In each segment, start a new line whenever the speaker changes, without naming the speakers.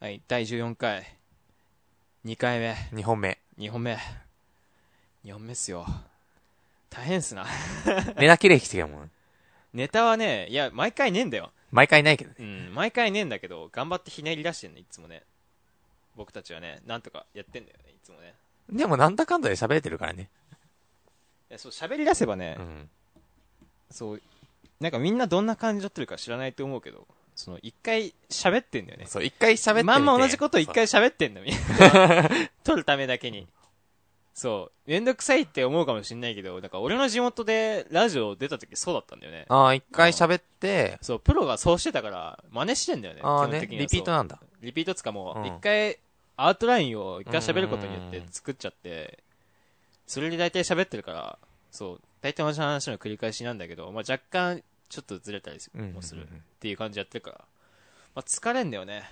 はい、第14回、2回目、
2本目。
2本目、2本目っすよ。大変っすな。
寝なきれいきてるもん。
ネタはね、いや、毎回ねえんだよ。
毎回ないけどね。
うん、毎回ねえんだけど、頑張ってひねり出してんの、いつもね。僕たちはね、なんとかやってんだよね、いつもね。
でもなんだかんだで喋れてるからね。
いやそう、喋り出せばね、
うん。
そう、なんかみんなどんな感じだってるか知らないと思うけど、その、一回喋ってんだよね。
そう、一回喋ってみて
まんま同じこと一回喋ってんの、 みんな。撮るためだけに。そう。めんどくさいって思うかもしんないけど、なんか俺の地元でラジオ出た時そうだったんだよね。
ああ、一回喋って、
そう、プロがそうしてたから、真似してんだよね。
ああ
基本
ね、
的には
リピート
そう
なんだ。
リピートつかも
うん
う、一回、アウトラインを一回喋ることによっ
う
て
ん
作っちゃって、それで大体喋ってるから、そう、大体同じ話の繰り返しなんだけど、まあ若干、ちょっとずれたりす
うん
もする
う
っ
んうん
ていう感じやってるから、まあ疲れんだよね。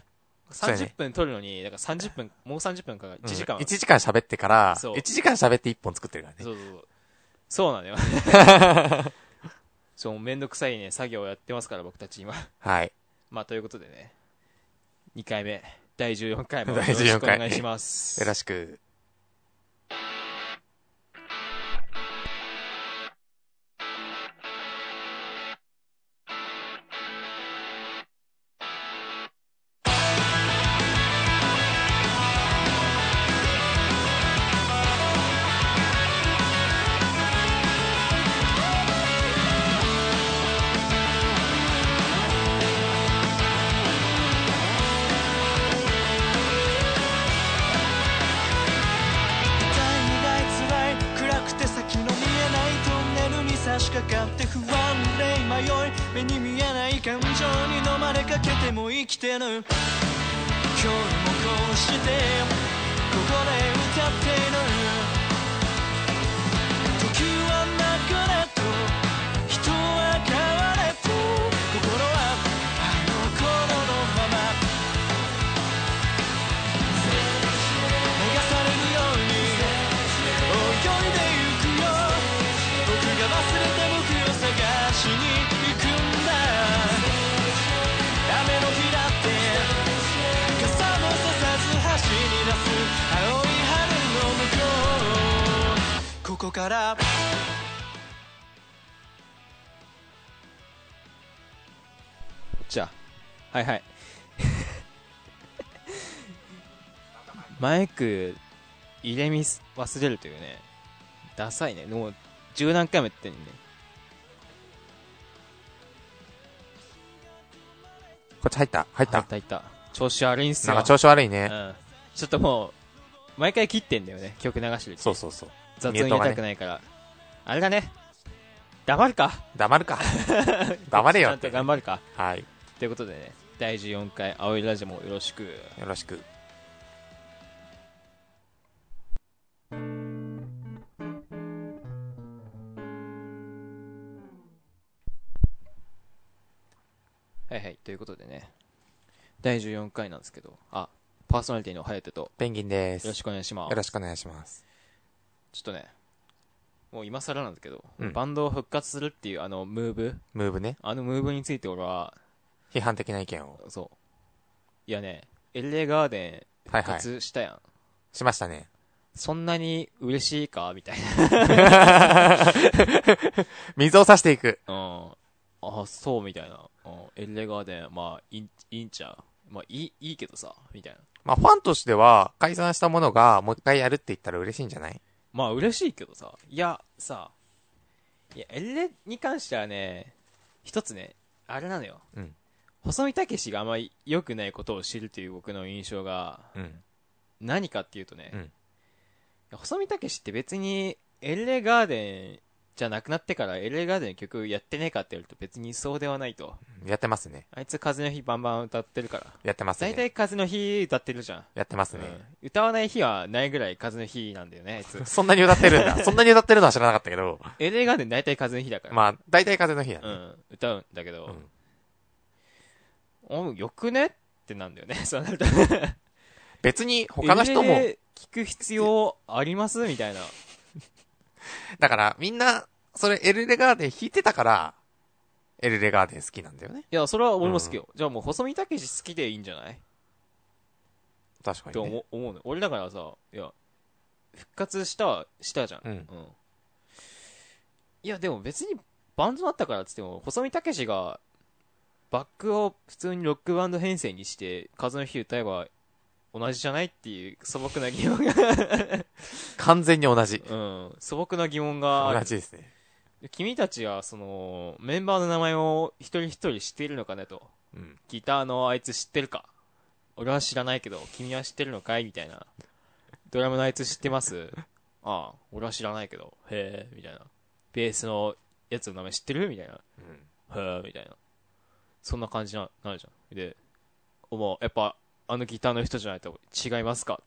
そうやね
30分撮るのに、だから30分、もう30分から1時間。
1時間喋ってから、
そう
1時間喋って1本作ってるからね。
そうそうそう。そうな のよ。そう、めんどくさいね、作業をやってますから、僕たち今。
はい。
まあ、ということでね、2回目、第14回もよろ
第
し
14
くお
回
願いします。
よろしく。
痛い苦い辛い暗くて先の見えないトンネルに差し掛かって不安で迷い目に見えない感情に飲まれかけても生きてる今日もこうしてここで歌っている時は流れと人は変われと心はあの頃のまま流されるように泳いでゆくよ僕が忘れた僕を探しに行くんだ雨の日だって傘もささず走り出す青い春の向こうここから
じゃあ、はい はい。マイク入れみす忘れるというね、ダサいね。もう、十何回もやってんね。
こっち入った入っ
入
た
った入った。調子悪いんす
な
よ。
んか調子悪いうね。
ん。ちょっともう、毎回切ってんだよね。曲流してると
そうそうそう。
雑音入れたくないから。あれだね。黙るか。
黙るか。黙れ
ち
よ
ゃ
っ
んと
て。
頑張るか。
はい。
ということでね、第14回青いラジオもよろしく。
よろしく。
はいはい。ということでね、第14回なんですけど、あ、パーソナリティの颯と、
ペンギンです。
よろしくお願いしま
よ
す。
ろしくお願いします。
ちょっとね、もう今更なんですけど、
うん
バンドを復活するっていうあのムーブ、
ムーブね。
あのムーブについて俺は、
批判的な意見を。
そう。いやね、LA ガーデン
はい
復
はい。
活したやん。
しましたね。
そんなに嬉しいかみたい
水を差していく。
な。うん。 あ、そうみたいな。うん、LA ガーデン、まあ、いいいいんちゃう。まあ、いい、いいけどさ、みたいな。
まあ、ファンとしては、解散したものが、もう一回やるって言ったら嬉しいんじゃない
まあ嬉しいけどさ、いや、さ、いや、エルレに関してはね、一つね、あれなのよ。
うん
細見武があまり良くないことを知るという僕の印象が、
うん。
何かっていうとね、
うん
いや細見武って別に、エルレガーデンじゃなくなってからエルレガーデンの曲やってねえかって言われると別にそうではないと。
やってますね。
あいつ風の日バンバン歌ってるから。
やってます
大
ね。
体風の日歌ってるじゃん。
やってます
う
ね。。
ん、歌わない日はないぐらい風の日なんだよね、あいつ
そんなに歌ってる んだ。そんなに歌ってるのは知らなかったけど。
エルレガーデン大体風の日だから。
まあ、大体風の日だ
う
ね。
ん、歌うんだけ
う
ど、
ん。
およくねってなんだよね。そうなると
別に、 他の人
エレ
も、
レ聞く必要ありますみたいな。
だから、みんな、それ、エルレガーデン弾いてたから、エルレガーデン好きなんだよね。
いや、それは俺も好きよ。じゃあもう細見武史好きでいいんじゃない
確か
って
に、
思
ね。
う思うの俺だからさいや復活したはしたじゃん、
うん
いやでも別にバンドだったからっつっても細見武士がバックを普通にロックバンド編成にして風の日歌えば同じじゃないっていう素朴な疑問
完全に同じ。
が、うん、素朴な疑問があ
同
る
じですね。
君たちはそのメンバーの名前を一人一人知っているのかねと
うん。
ギターのあいつ知ってるか俺は知らないけど、君は知ってるのかいみたいな。ドラムのあいつ知ってますああ、俺は知らないけど。へえ、みたいな。ベースのやつの名前知ってるみたいな。へえ、みたいな。そんな感じな、なるじゃん。で、もう、やっぱ、あのギターの人じゃないと違いますか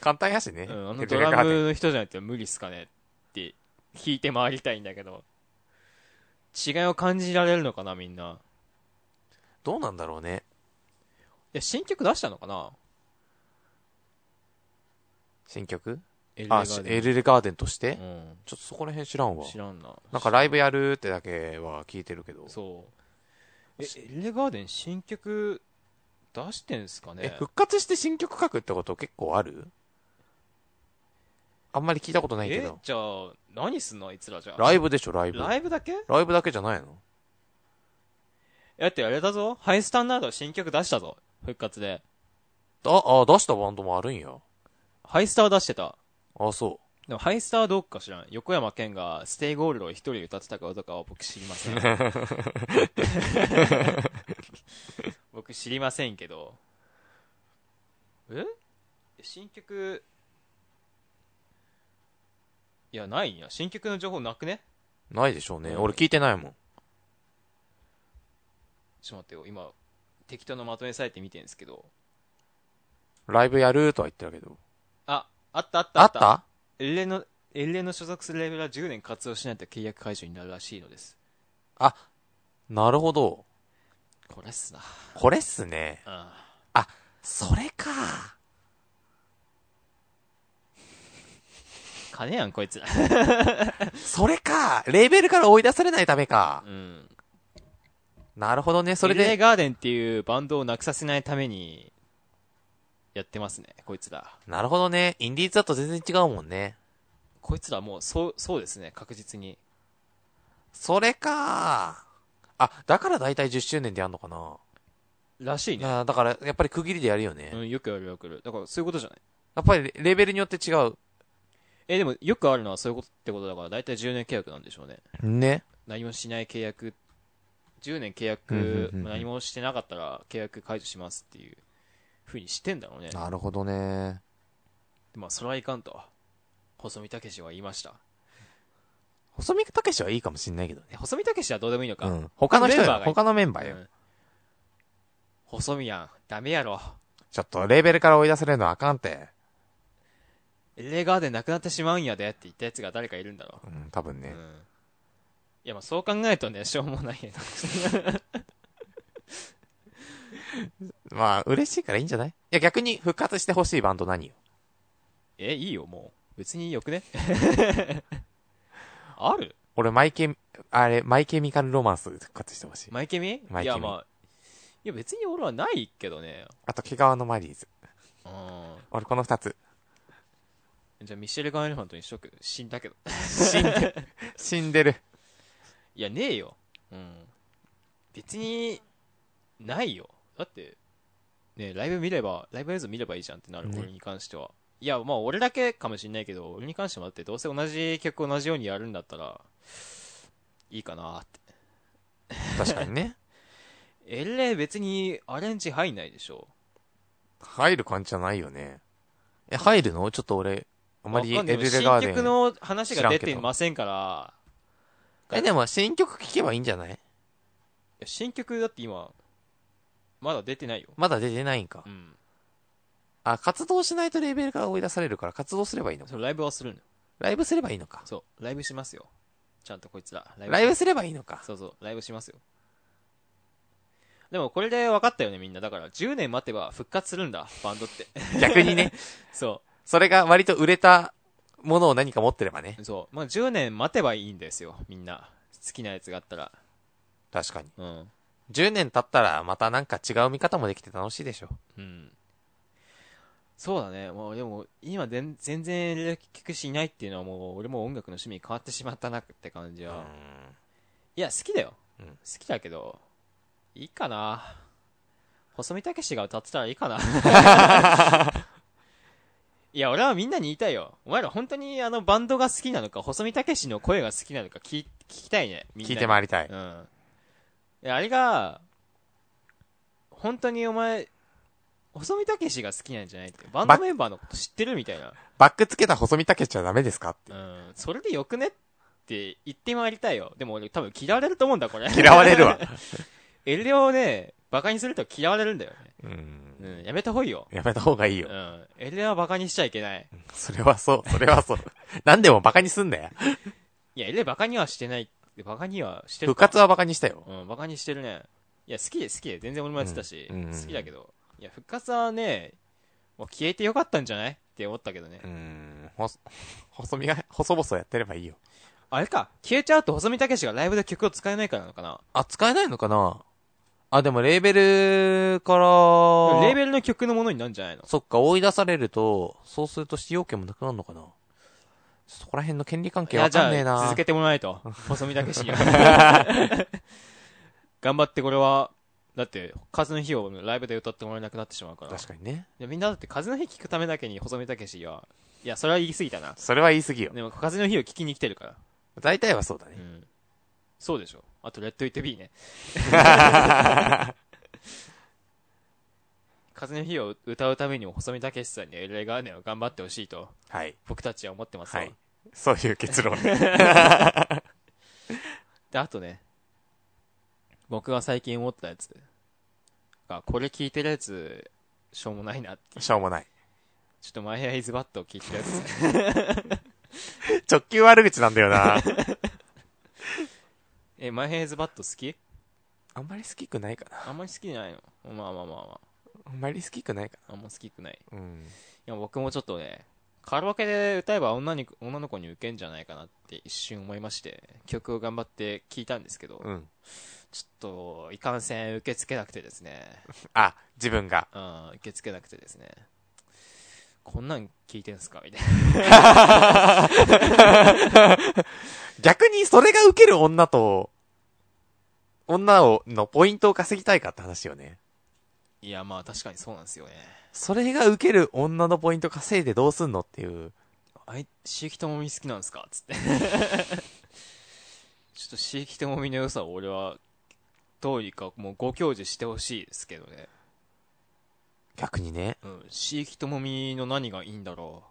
簡単やしね。
うん、あの
ヘ
ド
ルレガ
ラ
ーデン
ムの人じゃないと無理っすかねって聞いて回りたいんだけど。違いを感じられるのかな、みんな。
どうなんだろうね。
いや、新曲出したのかな
新曲
エルレガ
あ、し
ーデン
エルレガーデンとして、
うん。
ちょっとそこら辺知らんわ。
知らんな。
なんかライブやるってだけは聞いてるけど。
そう。え、エレガーデン新曲出してんすか
え、
ね
復活して新曲書くってこと結構あるあんまり聞いたことないけ
え
ど、。
じゃあ、何すんのあいつらじゃあ。
ライ
ブ
ブでしょ、ライブ。
ライブだけ
ライブだけじゃないの
だってあれだぞ。ハイスタンダード新曲出したぞ。復活で。
あ、あ、出したバンドもあるんや。
ハイスターは出してた。
あ、そ
でもハイスターはどうか知らん。横山健がステイゴールドを一人で歌ってたかとかは僕知りません。僕知りませんけど。え新曲、いや、ないんや。新曲の情報なくね
う。ないでしょうね。
うん
俺聞いてないもん。
ちょっと待ってよ。今、適当なまとめサイト見てんですけど。
ライブやるとは言ってたけど。
あ、あったあった
あった
エレの、エレの所属するレーベルは10年活動しないと契約解除になるらしいのです。
なるほど。
これっすな。
これっすね。
ああ
それか。
金やん、こいつら。
それか。レーベルから追い出されないためか
う。ん。
なるほどね。そ
そ
れ
れで、
で、
ガーデンっていうバンドをなくさせないために、やってますね、こいつら。
なるほどね。インディーズだと全然違うもんね。
こいつらもう、そう、そうですね、確実に。
それか。あ、だから大体10周年でやんのかな。
らしいね。
あだから、やっぱり区切りでやるよね。
う
や
ん、よくあるよくある。だから、そういうことじゃない。
っぱりレレベルによって違う。
え、でも、よくあるのはそういうことってことだから、だいたい10年契約なんでしょうね。
ね。
何もしない契約、10年契
うんうん
約、
うんうん
何もしてなかったら契約解除しますっていう風にしてんだろうね。
なるほどね。
まあ、それはいかんと、細見武は言いました。
細見武士はいいかもしんないけどね。
え細見武はどうでもいいのか。
うん。他の人
メンバー
よ。
がいい
他のメンバーよ。
うん細見やん、ダメやろ。
ちょっと、レーベルから追い出されるのはあかんて。
エレガーデンなくなってしまうんやでって言ったやつが誰かいるんだろ
うん、多分
う。
ね
う。ん。いや、まあそう考えるとね、 しょうもないよな。
まあ、嬉しいからいいんじゃないいや、逆に復活してほしいバンド何よ。
え、いいよ、もう。別によくね。 ある
俺、マイケ、あれ、マイケミカルロマンス復活してほしい。
マイケミ
マイケミ
いや、まあ。いや、別に俺はないけどね。
あと、毛皮のマリーズ。
う
俺、この二つ。
ん。じゃあ、ミシェル・ガンエレファントにしとく。死んだけど。
死んで、死 んでる。
いや、ねえよ。うん。別に、ないよ。だって、ねライブ見れば、ライブ映像見ればいいじゃんってなる、
ね
俺に関しては。いや、まあ、俺だけかもしんないけど、俺に関してもだって、どうせ同じ曲同じようにやるんだったら、いいかなって。
確かにね。
エレ別にアレンジ入んないでしょ。
入る感じじゃないよね。え、入るのちょっと俺、あまり
わか
エ
んない
ルレガー
新
デ
曲
ン。
の話が出てませんから、
え、でも新曲聴けばいいんじゃない
いや新曲だって今、まだ出てないよ。
まだ出てないんか
う。ん。
あ、活動しないとレーベルから追い出されるから活動すればいいのか
そ。うライブはするの。
ライブすればいいのか。
そう、ライブしますよ。ちゃんとこいつら。ラ
ライブすればいいのか。
そうそう、ライブしますよ。でもこれで分かったよね、みんな。だから、10年待てば復活するんだ、バンドって。
逆にね、
そ
それが割と売れたものを何か持ってればね。
う、そう。まあ、10年待てばいいんですよ、みんな。好きなやつがあったら。
確かに。
うん。
10年経ったらまたなんか違う見方もできて楽しいでしょ。
うん。そうだね。もう、でも、今全、全然連絡聞くしいないっていうのはもう、俺も音楽の趣味変わってしまったなって感じ
う
は。
ん。
いや、好きだよ。
うん
好きだけど、いいかな。細見武士が歌ってたらいい かな。いや、俺はみんなに言いたいよ。お前ら本当にあのバンドが好きなのか、細見武士の声が好きなのか聞い聞きたいね。みんな
聞い
に
て回りたい。
うん。いや、あれが、本当にお前、細見武士が好きなんじゃないって。バンドメンバーのこと知ってるみたいな。
バックつけた細身丈じゃダメですかって
う。ん。それでよくねって言ってまいりたいよ。でも俺多分嫌われると思うんだ、これ。
嫌われるわ。
エルレオをね、バカにすると嫌われるんだよね。
うん。
うん、やめた方がいいよ。
やめた方がいいうよ。
ん。エルレオはバカにしちゃいけない。
それはそう、それはそう。何でもバカにすんなよ。
いや、エルレオバカにはしてない。バカにはしてる
部
か。
活はバカにしたよ。
うん、バカにしてるね。いや、好きで好きで。全然俺もやってたし、
うんうん
好きだけど。いや、復活はね、もう消えてよかったんじゃないって思ったけどね。
うん。ほ、細身が、細々やってればいいよ。
あれか、消えちゃうと細見武がライブで曲を使えないからなのかな。
あ、使えないのかなあ、でもレーベルから、
レーベルの曲のものになるんじゃないの
そっか、追い出されると、そうすると使用権もなくなるのかなそこら辺の権利関係わ
じゃ
かん
あ
ねえな。
続けてもらわないと。細見武士には。 頑張ってこれは、だって、風の日をライブで歌ってもらえなくなってしまうから。い
確かにね。
やみんなだって風の日聞くためだけに細見武士は、いや、それは言い過ぎたな。
それは言い過ぎよ。
でも風の日を聞きに来てるから。
大体はそうだね
う。ん。そうでしょ。あと、レッド・イット・ビーね。風の日を歌うためにも細見武さんに LA ガーデンを頑張ってほしいと、
はい。
僕たちは思ってますよ
はい。そういう結論。
で、あとね、僕が最近思ったやつが、これ聞いてるやつ、しょうもないなって。
しょうもない。
ちょっとマイアイズバットを聞いてるやつ。
直球悪口なんだよな。
え、マイアイズバット好き
あんまり好きくないかな。
あんまり好きじゃないのまあまあまあま
あんまり好きくないか
あ。あんま好きくない。い
な。うん。
や、僕もちょっとね、カラオケで歌えば女に女の子にウケんじゃないかなって一瞬思いまして、曲を頑張って聞いたんですけど、
うん。
ちょっと、いかんせん受け付けなくてですね。
あ、自分が。
うん、受け付けなくてですね。こんなん聞いてんすかみたいな。
逆にそれが受ける女と、女を、のポイントを稼ぎたいかって話よね。
いや、まあ確かにそうなんですよね。
それが受ける女のポイント稼いでどうすんのっていう。
あい、椎木智美好きなんですかつっ て。ちょっと椎木智美の良さを俺は、どうにかもうご教授してほしいですけどね。
逆にね。
うん、椎木智美の何がいいんだろ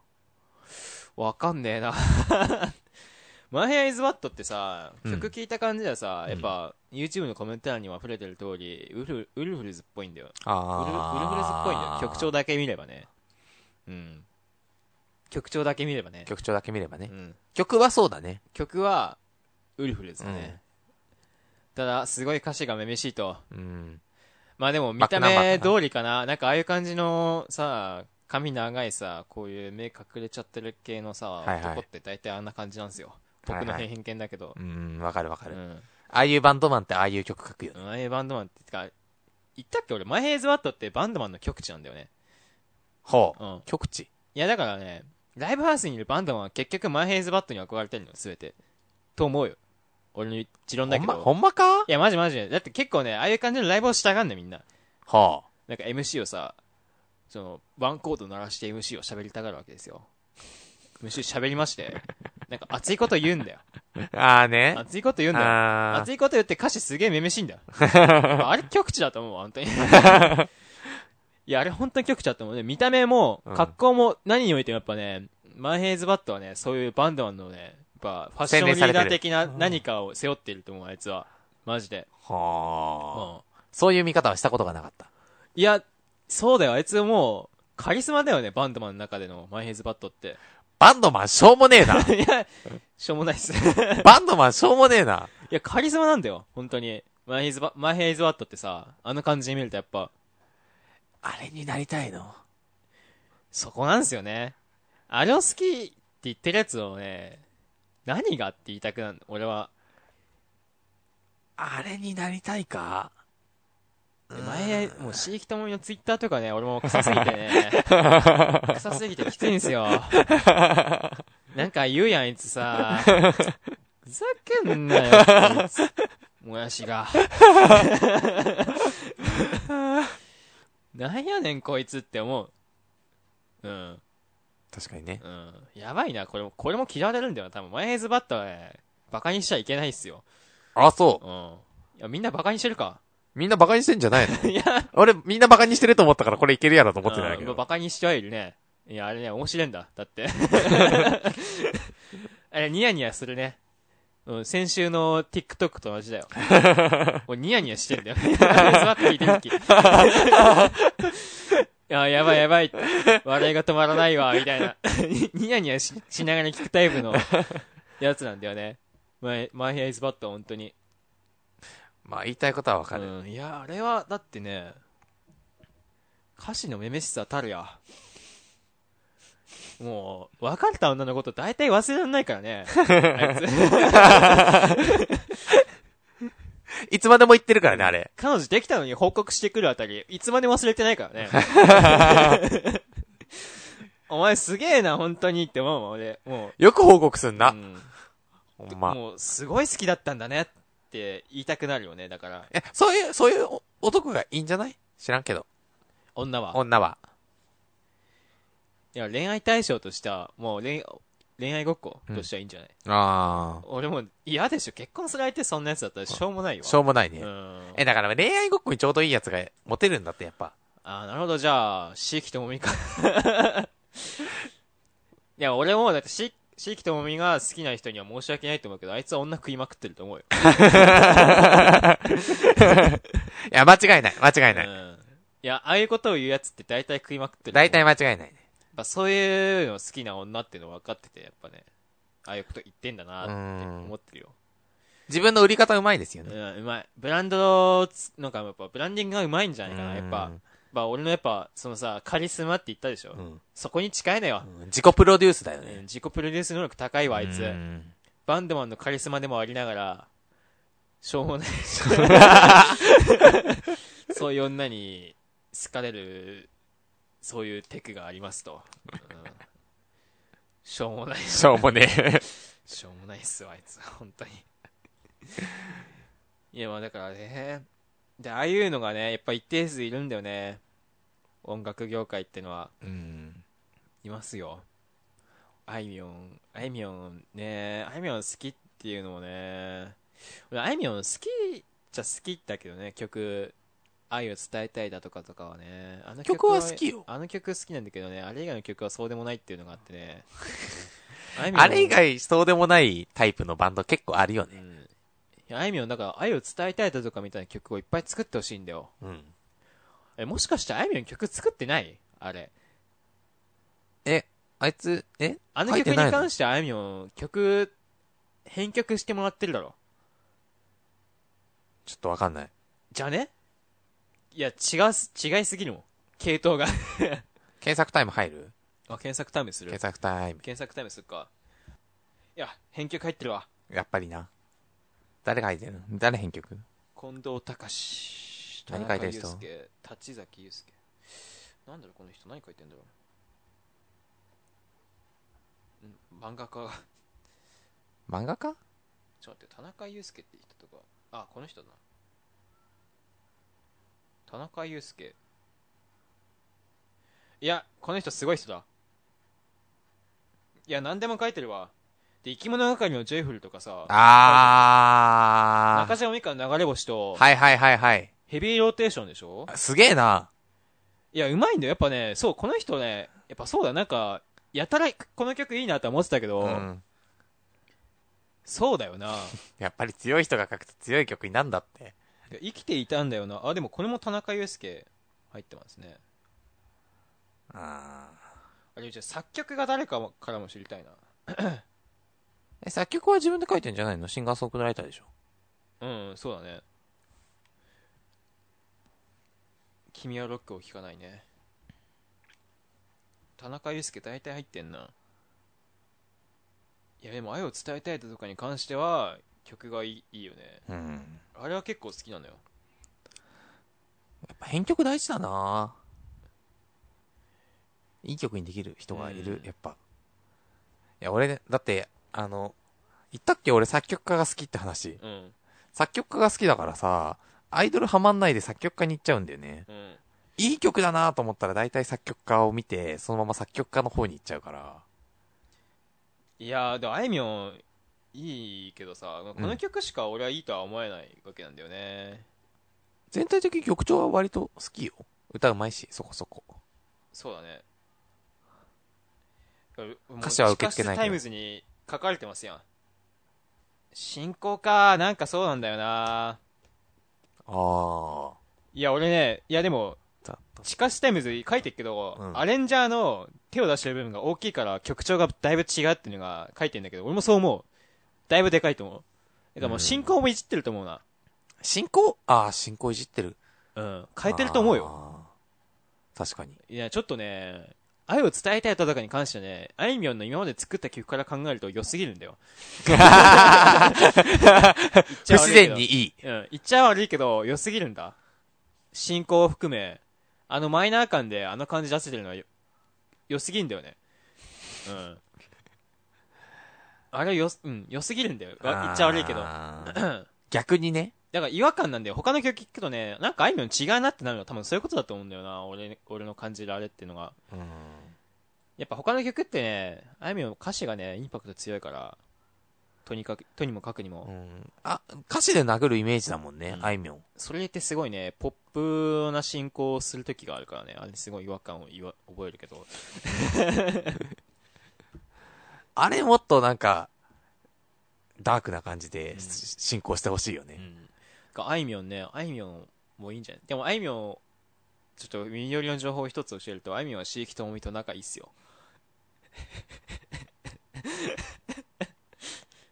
う。わかんねえな。 マイヘアイズバットってさ、
うん
曲聞いた感じではさ、
うん
やっぱ、YouTube のコメント欄にも溢れてる通り、ウルフウルフルズっぽいんだよ。ウルウルフルズっぽいんだよ。曲調
だ。
だけ見ればね。うん。曲調だけ見ればね。
曲調だけ見ればね。
うん。
曲はそうだね。
曲は、ウルフルズだね。ただ、すごい歌詞がめめしいと。
うん。
まあでも、見
バック
た
ナンバー
目通りかな。なんか、ああいう感じの、さ、髪長いさ、こういう目隠れちゃってる系のさ、
いはい
男って大体あんな感じなんですよ。僕の偏見だけど
う。ん、わかるわか
う
る。あ
ん。
あいうバンドマンってああいう曲書くよね。
うんああいうバンドマンって、てか、言ったっけ俺、マイヘイズワットってバンドマンの極地なんだよね。
ほ
う。
うん曲地。
いや、だからね、ライブハウスにいるバンドマンは結局マイヘイズバットに持憧れてるの、すべて。と思うよ。俺の持論
ほ
だけ
ん
ど。
ま、ほんまか
いや、マジマジ。だって結構ね、ああいう感じのライブをしたがんねみんな。
ほ
なんか MC をさ、その、ワンコード鳴らして MC を喋りたがるわけですよ。MC 喋りまして、なんか熱いこと言うんだよ。
う。ああね。
熱いこと言うんだよ。
あ
熱いこと言って歌詞すげえめめしいん だよ。あれ極地だと思う、本当に。いや、あれ本当に極地だと思うね。見た目も、
うん
格好も、何においてもやっぱね、マンヘイズバットはね、そういうバンドマンのね、やっぱファッションリーダー的な何かを背負ってると思う、あいつは。マジで。う
ほ
ん。
う。そういう見方はしたことがなかった。
いや、そうだよ、あいつもう、カリスマだよね、バンドマンの中でのマンヘイズバットって。
バンドマンしょうもねえな。
いや、しょうもないっ す。い
バンドマンしょうもねえな。
や、カリスマなんだよ、本当に。マンヘイズバマンヘイズバットってさ、あの感じで見るとやっぱ、
あれになりたいの。
そこなんですよね。あれを好きって言ってるやつをね、何がって言いたくなるの俺は。
あれになりたいか
でマイヘ平、もう椎木智美のツイッターとかね、俺も臭すぎてね。臭すぎてきついんですよ。なんか言うやん、あいつさ。ふざけんなよ、あいつもやしが。なんやねん、こいつって思う。うん。
確かにね。
うん。やばいな、これも、これも嫌われるんだよな、多分。マヨネーズバッターはね、バカにしちゃいけないっすよ。
あ、そう
う。ん。いや、みんなバカにしてるか。
みんなバカにしてんじゃな いの俺、みんなバカにしてると思ったからこれいけるやろと思ってないけ
うんまあ
ど。
バカにしちゃいるね。いや、あれね、面白いんだ。だ って。あれ、ニヤニヤするね。うん、先週の TikTok と同じだ よ。もうニヤニヤしてんだよ。座って聞いてる 時。いや、やばいやばいって。笑いが止まらないわ、みたいな。ニヤニヤししながら聞くタイプのやつなんだよね。マイマイヘイズバット、本当に。
まあ言いたいことはわかる。
うん、いや、あれは、だってね、歌詞のめめしさたるや。もう、別れた女のこと大体忘れられないからね。あいつ。
いつまでも言ってるからね、あれ。
彼女できたのに報告してくるあたり、いつまで忘れてないからね。お前すげえな、本当にって思うもん、俺。もう。
よく報告すんな
う。ん
ほんま。
もう、すごい好きだったんだねって言いたくなるよね、だから。
え、そういう、そういうお男がいいんじゃない知らんけど。
女は。
女は。
いや、恋愛対象としては、もう恋、恋愛ごっことしてはいいんじゃない、
ああ。
俺も嫌でしょ。結婚する相手そんなやつだったらしょうもないよ。
しょうもないうね。
ん。
え、だから恋愛ごっこにちょうどいいやつがモテるんだって、やっぱ。
あーなるほど。じゃあ、椎木ともみか。 いや、俺も、だって椎、椎木ともみが好きな人には申し訳ないと思うけど、あいつは女食いまくってると思う よ。
いや、間違いない。間違いうない。
ん。いや、ああいうことを言うやつって大体食いまくってる。
大体
やっ
間違いないね。
ぱそういうの好きな女っていうの分かってて、やっぱね。ああいうこと言ってんだなって
うん
思ってるよ。
自分の売り方うまいですよ
う
ね。
ん、うまい。ブランドのつ、なんかやっぱブランディングがうまいんじゃないかな。やっぱ、まあ俺のやっぱ、そのさ、カリスマって言ったでしょ。
うん。
そこに近いのよ。
うん自己プロデュースだよ
う
ね
ん。自己プロデュース能力高いわ、あいつ
う。ん
バンドマンのカリスマでもありながら、しょうもない。そういう女に好かれる、そういうテクがありますと。うんしょうもない。
しょうもねえ。
しょうもないっすわ、あいつ。 本当に。いや、まあだからね。で、ああいうのがね、やっぱ一定数いるんだよね。音楽業界ってのは。
うん。
いますよ。あいみょん、あいみょんね、あいみょん好きっていうのもね、俺あいみょん好きじゃ好きだけどね、曲、愛を伝えたいだとかとかはね、あの
曲は好きよ
あの曲好きなんだけどね、あれ以外の曲はそうでもないっていうのがあって ね。あいみょん
あれ以、外、そうでもないタイプのバンド結構あるよ
う
ね。
ん。いやあいみょん、だから愛を伝えたいだとかみたいな曲をいっぱい作ってほしいんだよ。
うん。
え、もしかしてあいみょん曲作ってないあれ。
え、あいつ、え
あの曲に関してあいみょん、曲、編曲してもらってるだろ。
ちょっとわかんない。
じゃねいや、違うす、違いすぎるもん。系統が。
検索タイム入る
あ、検索タイムする
検索タイム。
検索タイムするか。いや、編曲入ってるわ。
やっぱりな。誰が書いてるの誰編曲
近藤隆
何書いてる人
田中裕介立崎祐介。なんだろ、うこの人何書いてんだろう。ん漫画家が、
漫画家
ちょっと待って、田中裕介って人とか。あ、この人だな。田中裕介。いや、この人すごい人だ。いや、何でも書いてるわ。で、生き物係のジェイフルとかさ、
あ
中
ー。
島美嘉の流れ星と、
はいはいはいはい。
ヘビーローテーションでしょ
あすげえな。
いや、うまいんだよ。やっぱね、そう、この人ね、やっぱそうだ、なんか、やたら、この曲いいなとは思ってたけど、
うん。
そうだよな。
やっぱり強い人が書くと強い曲になんだって。
いや生きていたんだよな。あ、でもこれも田中裕介入ってますね。
あー。
あれ、じゃあ作曲が誰かもからも知りたい
え、作曲は自分で書いてんじゃないのシンガーソングライターでしょ
な。うん、そうだね。君はロックを聴かないね。田中裕介大体入ってんな。いや、でも愛を伝えたいだとかに関しては、曲がいいいいよね。
うん。
あれは結構好きなのよ。
やっぱ編曲大事だないい曲にできる人がいる、
うん
やっぱ。いや、俺ね、だって、あの、言ったっけ俺作曲家が好きって話。
うん。
作曲家が好きだからさ、アイドルハマんないで作曲家に行っちゃうんだよね。
うん。
いい曲だなと思ったら大体作曲家を見て、そのまま作曲家の方に行っちゃうから。
いやー、でも、あいみょん、いいけどさ、この曲しか俺はいいとは思えないわけなんだよね。
全体的に曲調は割と好きよ。歌うまいし、そこそこ。
そうだね。
歌詞は受け付けないけ
もう地下室タ
ど
イムズに書かれてますやん。進行か、なんかそうなんだよな。
あ
いや、俺ね、いやでも、
あ。だだ
地下室タイムズ書いてるけど、
うん
アレンジャーの手を出してる部分が大きいから曲調がだいぶ違うっていうのが書いてんだけど、俺もそう思う。だいぶでかいと思う。だからもう進行もいじってると思うな。
進行ああ、進行いじってる。
うん。変えてると思うよ。
よ。確かに。
いや、ちょっとね、愛を伝えたいとかに関してはね、あいみょんの今まで作った曲から考えると良すぎるんだよ。
不自然にいい。
うん、言っちゃ悪いけど、良すぎるんだ。進行を含め、あのマイナー感であの感じ出せてるのはよ良すぎんだよね。うん。あれはよ、うん、良すぎるんだよ。わ言っちゃ悪いけど。だ
あー逆にね。
から違和 感なんだよ。他の曲聞くとね、なんかあいみょん違うなってなるのは多分そういうことだと思うんだよな。俺、俺の感じるあれっていうのが。
うん
やっぱ他の曲ってね、あいみょん歌詞がね、インパクト強いから、とにかく、とにもかくにも。
うんあ、歌詞で殴るイメージだもんね
う、ん
あいみょん。
それってすごいね、ポップな進行をするときがあるからね、あれすごい違和感をいわ覚えるけど。
あれもっとなんか、ダークな感じで
うん
し進行してほしいよ
う
ね。
ん。があいみょんね、あいみょんもいいんじゃないでもあいみょん、ちょっと耳寄りの情報を一つ教えると、あいみょんは椎木智美と仲いいっすよ。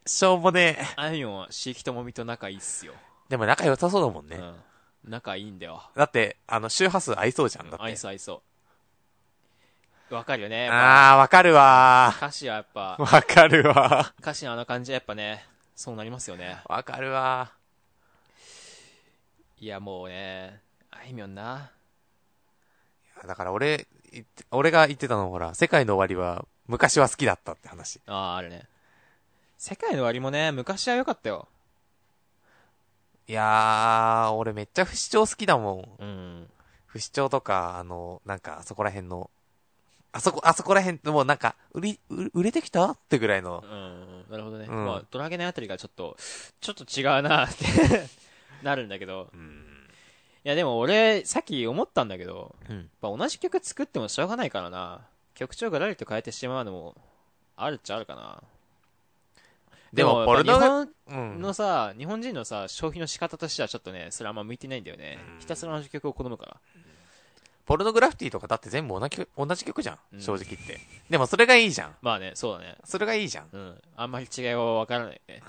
しょうもねえ。
あいみょんは椎木智美と仲いいっすよ。
でも仲良さそうだもんね。
うん。仲いいんだよ。
だって、あの、周波数合いそうじゃん。だって。
愛想愛想。わかるよね。やっ
あー、わかるわ
ぱ歌詞はやっぱ
ー。、わかるわ
歌詞のあの感じはやっぱね、そうなりますよね。
ー。わかるわ
いやもうね、あいみょんな。
ー。だから俺、い俺が言ってたのほら、世界の終わりは、昔は好きだったって話。
ああ、あれね。世界の終わりもね、昔は良かったよ。
いやー、俺めっちゃ不死鳥好きだもん。
うん。
不死鳥とか、あの、なんか、あそこら辺の、あそこ、あそこら辺、もうなんか、売り、売売れてきたってぐらいの
う、ん。なるほどね。
うん
まあ、ドラゲネあたりがちょっと、ちょっと違うなって、 なるんだけど。いや、でも俺、さっき思ったんだけど、
うん。
やっぱ同じ曲作ってもしょうがないからな。曲調がらりと変えてしまうのも、あるっちゃあるかな。
でも、ポル
やっ
ノ
ぱ
グ、
日
う
本
ん。
のさ、日本人のさ、消費の仕方としてはちょっとね、それあんま向いてないんだよね。
うん
ひたすら同じ曲を好むから。
ポルノグラフィティとかだって全部同じ曲、同じ曲じゃ。
うんん
正直言って。でも、それがいいじゃん。
まあね、そうだね。
それがいいじゃん。
うん。あんまり違いはわからないね。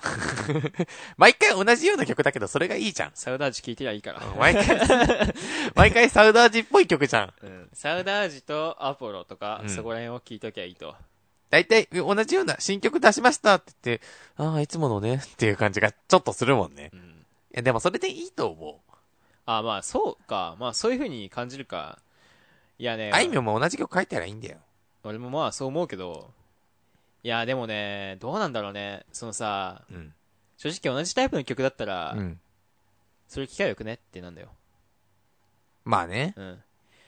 毎回同じような曲だけど、それがいいじゃん。
サウダージ聴いてりゃいいから。
毎回、 毎回サウダージっぽい曲じゃん。
うん、サウダージとアポロとか、
うん
そこら辺を聞いときゃいいと。
大体、同じような新曲出しましたって言って、ああ、いつものね、っていう感じがちょっとするもんね。
うん
いや、でもそれでいいと思う。
あ、まあ、そうか。まあ、そういう風に感じるか。いやね、
あいみょんも同じ曲書いたらいいんだよ。
俺もまあ、そう思うけど。いや、でもね、どうなんだろうね。そのさ、
うん。
正直同じタイプの曲だったら、
うん。
それ聞きゃよくねってなんだよ。
まあね。
うん。だか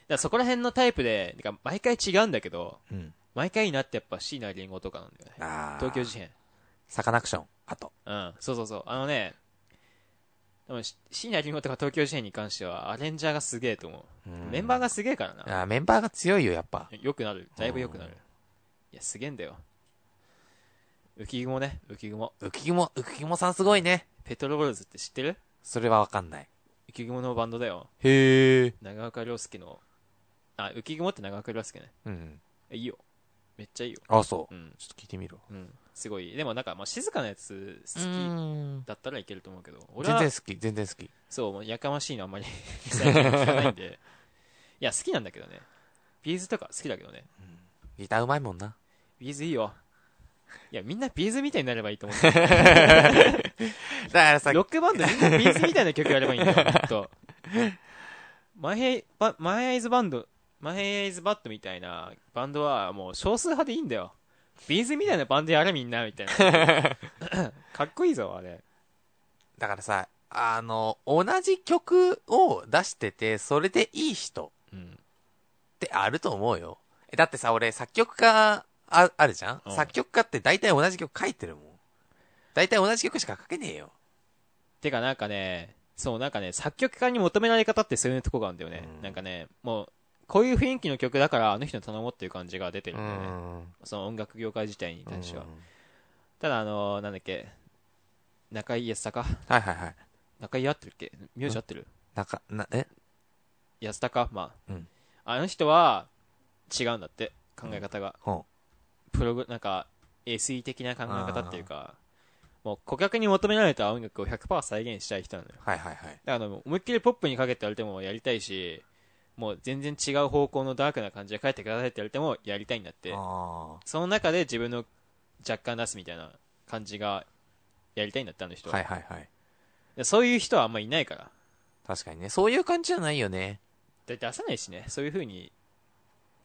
らそこら辺のタイプで、てか毎回違うんだけど、
うん。
毎回いいなってやっぱ椎名林檎とかなんだよね。
ああ。
東京事変。
サカナクション。あと。
うん、そうそうそう。あのね、でもし椎名林檎とか東京事変に関しては、アレンジャーがすげえと思う。メンバーがすげえからな。
ああ、メンバーが強いよ、やっぱ。
よくなる。だいぶよくなる。いや、すげえんだよ。浮雲ね、浮雲。
浮雲、浮雲さんすごいね。
ペトロボルズって知ってる
それはわかんない。
浮雲のバンドだよ。
へえ。
長岡亮介の。あ、浮雲って長岡亮介ね。
うん。
いいよ。めっちゃいいよ。
あ、そ
う
うちょ
ん。
っと聞いてみろ。
うん。すごい。でもなんか、まあ、静かなやつ好
う
き
ーん
だったらいけると思うけど。俺
全然
は、
好き、全然好き。
そう、もうやかましいのあんまり 最近聞かないんで。いや、好きなんだけどね。ビーズとか好きだけどね。
ギターうまいもんな。
ビーズいいよ。いや、みんなビーズみたいになればいいと思ってる
だからさ、
ロックバンドみんなビーズみたいな曲やればいいんだよ、ほんと。マイヘイバマイアイズバンド、マイヘイズバットみたいなバンドはもう少数派でいいんだよ。ビーズみたいなバンドやれみんな、みたいな。かっこいいぞ、あれ。
だからさ、あの、同じ曲を出してて、それでいい人
うん。
ってあると思うよ。えだってさ、俺、作曲家、あ、あるじゃん、
うん
作曲家って大体同じ曲書いてるもん。大体同じ曲しか書けねえよ。
てかなんかね、そうなんかね、作曲家に求められ方ってそういうとこがあるんだよね。
うん
なんかね、もう、こういう雰囲気の曲だからあの人に頼もうっていう感じが出てるんだよね。
ん。
その音楽業界自体に対しては。
うん
ただあのー、なんだっけ、中井康隆
はいはいはい。
中井合ってるっけ名字合ってる
なんか、な、え
安高まあ、
うん
あの人は違うんだって考え方が、
ほ
プログなんか SE 的な考え方っていうかもう顧客に求められた音楽を100%再現したい人なのよ
う。はいはいはい。
だからもう思いっきりポップにかけって言われてもやりたいしもう全然違う方向のダークな感じで書いてくださいって言われてもやりたいんだって
あ
その中で自分の若干出すみたいな感じがやりたいんだってあの
あ。
人は
はいはいはい。
でそういう人はあんまいないから
確かにね。そういう感じじゃないよね。
で出さないしねそういう風に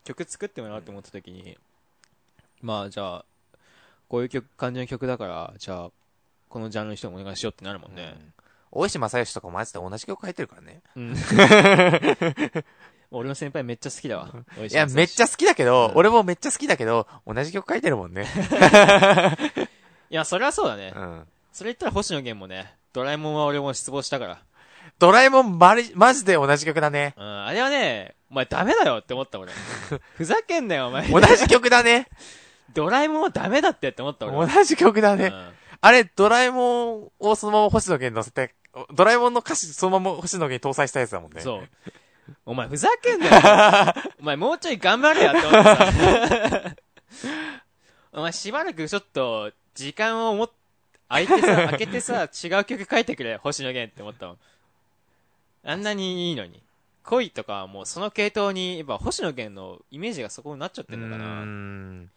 曲作ってもらおうと思った時に、まあじゃあこういう曲感じの曲だからじゃあこのジャンルの人もお願いしようってなるもんね
う、ん大石正義とかマジで同じ曲書いてるからね。
うん俺の先輩めっちゃ好きだわおい
いや、めっちゃ
い
好きだけど
う、ん
俺もめっちゃ好きだけど、同じ曲書いてる もんね。
やそれはそうだね、
うん。
それ言ったら星野源もねドラえもんは俺も失望したから、
ドラえもんまり、マジで同じ曲 だね。
うん、あれはねお前ダメだよって思った俺ふざけんなよお前
同じ曲だね。
ドラえもんはダメだってって思った
同
俺
じ曲だね。
うん
あれ、ドラえもんをそのまま星野源に乗せて、ドラえもんの歌詞そのまま星野源に搭載したやつだもんね。
そう。お前ふざけんなよ。 お前もうちょい頑張れやって思ってさ。お前しばらくちょっと時間をもっ、空いてさ、開けてさ、違う曲書いてくれ、星野源って思ったもん。あんなにいいのに。恋とかはもうその系統に、やっぱ星野源のイメージがそこになっちゃって
うー
るのかな。
ん。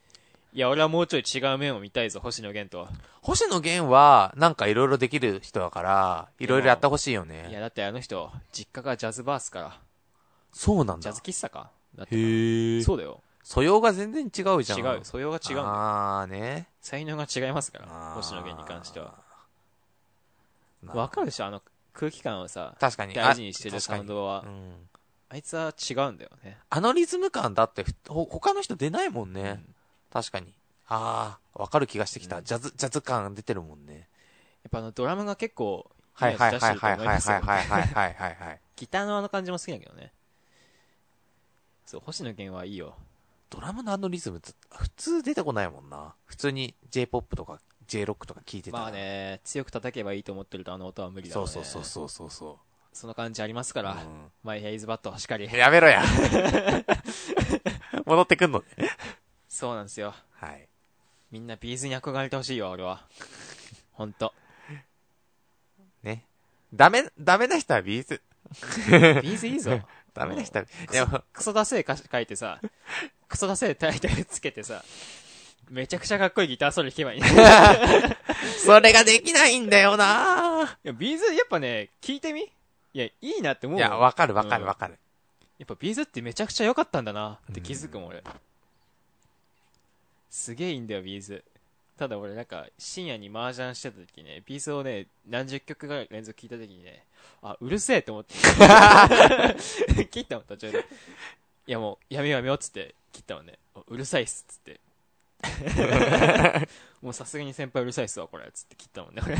いや、俺はもうちょい違う面を見たいぞ、星野源とは。
星野源は、なんかいろいろできる人だから、いろいろやってほしいよ
い
ね。
や、だってあの人、実家がジャズバースから、
そうなん
ジャ
だ
ズ。喫茶か。だって
へえ。
そうだよ。
素養が全然違うじゃん。
違う。素養が違うんだよ
あーね。
才能が違いますから
あー
星野源に関しては
な
わかるでしょあの空気感をさ
確かに。
大事にしてる
あ
サウン。ド
確
は
かにうん
あいつは違うんだよね
あのリズム感だってふ、ほ他の人出ないもんね。
うん
確かに。ああ、わかる気がしてきた。
うん
ジャズ、ジャズ感出てるもんね。
やっぱあのドラムが結構
はいはい
イメージ出し
は
て
い
ると
はい
思
はいい
ますよ
はいはいはいはいはいはい。
ギターのあの感じも好きだけどねそう星野源はいいよ
ドラムのあのリズムつ、普通出てこないもんな。普通に J-POP とか J-ROCK とか聞いてたら。
まあね強く叩けばいいと思ってるとあの音は無理だ
そ
ろ
う
ね
そうそうそうそうそ
その感じありますか
う。
ら、
う
マイヘイズバットはしかり
ん、やめろや 戻ってくんのね。
そうなんですよ
はい。
みんなビーズに憧れてほしいよ俺はほんと
ね。ダメ、ダメな人はビーズ。
ビーズいいぞ
ダメな人は、
ク
で
ソ
も、
クソダセえ歌詞書いてさ、クソダセえタイトルつけてさ、めちゃくちゃかっこいいギターソロ弾けばいいね。 い
それができないんだよな
や、ビーズやっぱね、聞いてみいや、いいなって思
いう
よ
や、わかるわかるわかる。
やっぱビーズってめちゃくちゃ良かったんだなって気づくもん、俺。すげえいいんだよ、ビーズ。ただ俺なんか、深夜に麻雀してた時ね、ビーズをね、何十曲ぐらい連続聞いた時にね、あ、うるせえって思って。 切ったもん、途中で。いやもう、やめようやめようっつって、切ったもんね。あうるさいっすっつ って。もうさすがに先輩うるさいっすわ、これ。つって切ったもんね、 俺。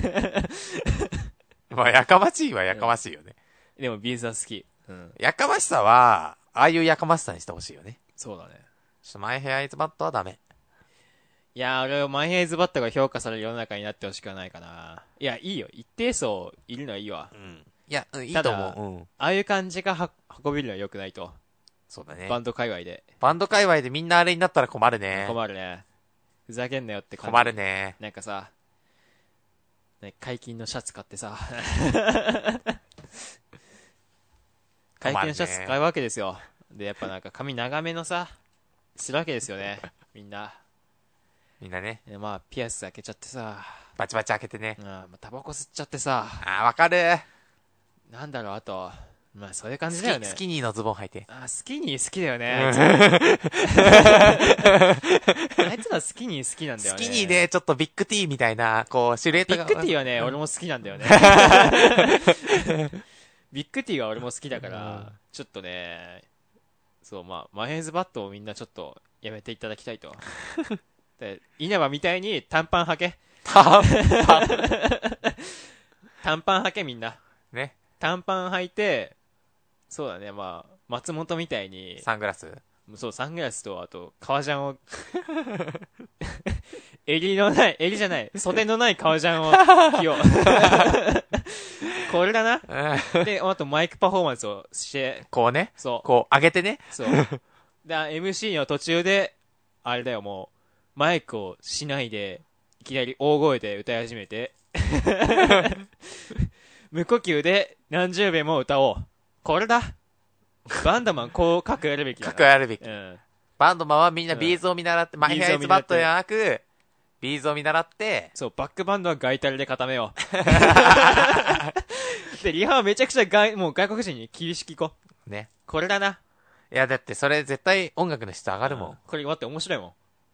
まあ、やかましいはやかましいよね。
でもビーズは好き。うん。
やかましさは、ああいうやかましさにしてほしいよね。
そうだね。
ちょっとマイヘアイズバットはダメ。
いやー、俺はマイヘイズバットが評価される世の中になってほしくはないかな。いや、いいよ。一定層いるのはいいわ。
うん。いや、うんいい
た
と
だ
思う。うん。
ああいう感じがは運べるのは良くないと。
そうだね。
バンド界隈で。
バンド界隈でみんなあれになったら困るね。
困るね。ふざけんなよって感じ。
困る。ね。
なんかさ、ね、解禁のシャツ買って さ。解禁のシャツ買うわけですよ。で、やっぱなんか髪長めのさ、するわけですよね。みんな。
みんなね、
でまあ、ピアス開けちゃってさ、
バチバチ開けてね
う。ん、まあタバコ吸っちゃってさ。
あー、わかる。
なんだろう、あと、まあそういう感
ス
じ
キ
だよね。
スキニーのズボン履いて。
あ、スキニー好きだ よ
う
ね。あい
ん
つあいつらスキニー好きなんだよ
ス
ね。
キニー。で、ちょっとビッグ T みたいな、こう、シルエッ
ビ
トが。
ッグティーはね、俺も好きなんだよね。ビッグティーは俺も好きだから、ちょっとね、そう、まあ、マヘンズバットをみんなちょっとやめていただきたいと。で稲葉みたいに短パン履け。
は
短パン履けみんな。
ね。
短パン履いて、そうだね、まあ、松本みたいに、
サングラス。
そう、サングラスと、あと、革ジャンを、 襟のない、襟じゃない、袖のない革ジャンを着よう。 これだな。
うん
で、あとマイクパフォーマンスをして、
こうね。
そう、
こう、上げてね。
そう。だ MC の途中で、あれだよ、もう、マイクをしないで、いきなり大声で歌い始めて、 無呼吸で何十秒も歌おう。これだバンダマン、こう書くやるべきだな。
かくあるべき。
うん。
バンドマンはみんな
うん
ビーズを見習って、マイヘアイズバットじゃなく、ビーズを見習って、
そう、バックバンドは外タレで固めよ う。で、リハはめちゃくちゃ外、もう外国人に厳しく行こう。
ね。
これだな。
いや、だってそれ絶対音楽の質上がるも
うんこれ待って面白いもん。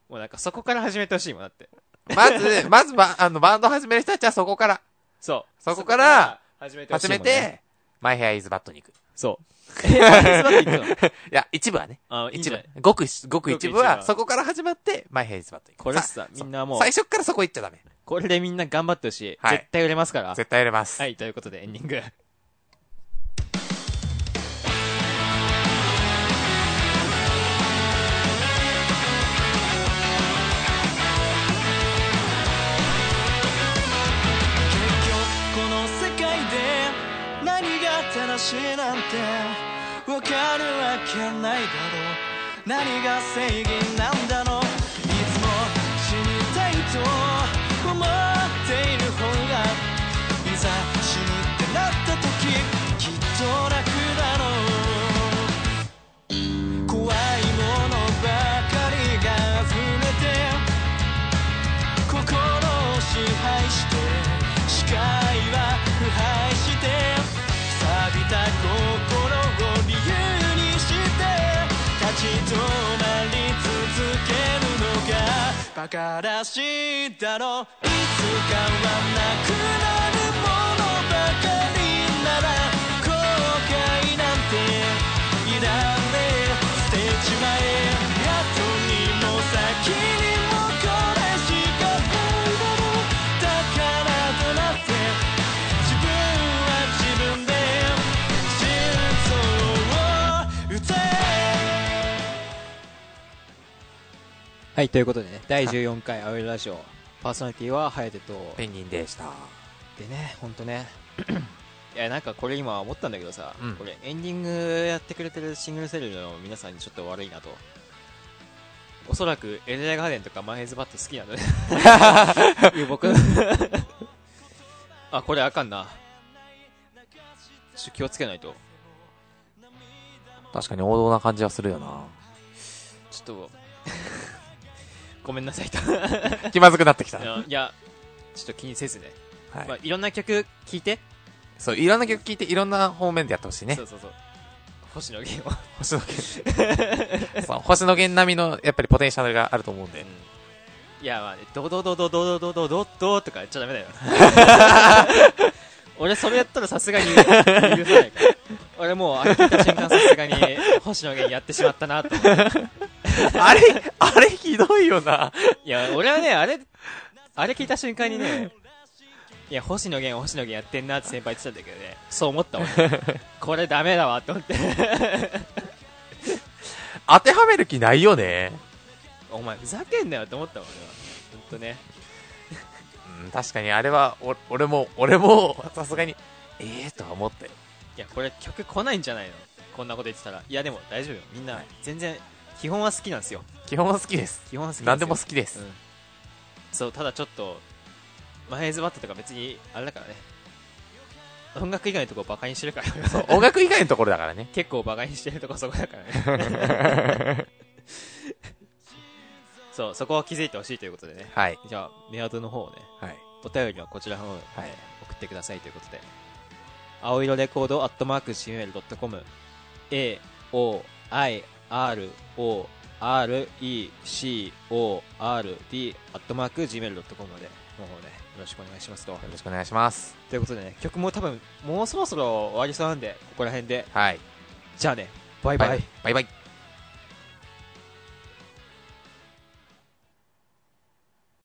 もうなんかそこから始めてほしいもん、だって。
ん。ま ず、まずば、あの、バンド始める人たちはそこから、
そう。
そこから
そこから始めてほしい
始
もん
め
ね
て、マイヘアイズバットに行く。
そう。 え、マイヘアイズバット行くの
いや、一部はね。
あ、いいんじ
一
ゃ
部
ない。
ごくし、ごく一部
ごく一部
は、
は
そこから始まって、マイヘアイズバットに行く。
これさ、み
そ
んなもう、
最初っからそこ行っちゃダメ。
これでみんな頑張ってほしい。
はい
絶対売れますから。
絶対売れます。
はい、ということでエンディ ング。
結局この世界で何が正しいなんてわかるわけないだろう何が正義なんだろういつも死にたいと思っている方がいざ死ぬってなった時きっと楽だろう怖いものばかりが溢れて心を支配して視界は腐敗して錆びた心を理由にして立ち止まり続けるのが馬鹿らしいだろういつかはなくなるものばかりなら後悔なんていらねえ捨てちまえ後にも先にもこれしかないだろうだからとなって自分は自分で心臓を打て
はい、ということでね、第14回アウェルラジオ、パーソナリティは颯と、
ペンギンでした。
でね、ほんとね。いや、なんかこれ今思ったんだけどさ、
うん
これエンディングやってくれてるシングルセルの皆さんにちょっと悪いなと。おそらくエレアガーデンとかマイヘズバット好きなのね。いう僕の あ、これあかんな。ちょっと気をつけないと。
確かに王道な感じはするよな。
ちょっと、ごめんなさいと。
気まずくなってきた。
あのいや、ちょっと気にせずね。
はい
まあ、いろんな曲聴いて。
そう、いろんな曲聴いていろんな方面でやってほしいね
そ。うそうそう。星野源を。
星野源。そう、星野源並みの、やっぱりポテンシャルがあると思うんで。
いやまあね、ドドドドドドドドドとか言っちゃダメだよ。俺それやったらさすがに許さないから。俺もう、あれ聞いた瞬間さすがに星野源やってしまったなと思って。
あれ、あれひどいよな。
いや、俺はね、あれ、あれ聞いた瞬間にね、いや、星野源、星野源やってんなって先輩言ってたんだけどね、そう思った俺。これダメだわって思って。
当てはめる気ないよね。
お前ふざけんなよって思ったわ、俺は。ほんとね。
うん、確かにあれは、お俺も、俺も、 さすがに、ええとは思ったよ。
いや、これ曲来ないんじゃないのこんなこと言ってたら。いや、でも大丈夫よ。みんな、全然、基本は好きなんですよ。
基本好きです。
基本は好き
何でも好きで
き
す。
うん。そう、ただちょっと、マヘイズバットとか別に、あれだからね。音楽以外のとこバカにしてるから。
そう、音楽以外のところだからね。
結構バカにしてるとこそこだからね。 そう、そこを気づいてほしいということでね。
はい。
じゃあ、メアドの方をね、
はい。
お便りはこちらの方に
はい。
送ってくださいということで。青色レコードアットマーク Gmail.com A O I R O R E C O R D アットマーク Gmail.com までの方でよろしくお願いしますと
よろしくお願いします。
ということでね曲も多分もうそろそろ終わりそうなんでここら辺で
はい。
じゃあねバイバイ
バイバイ。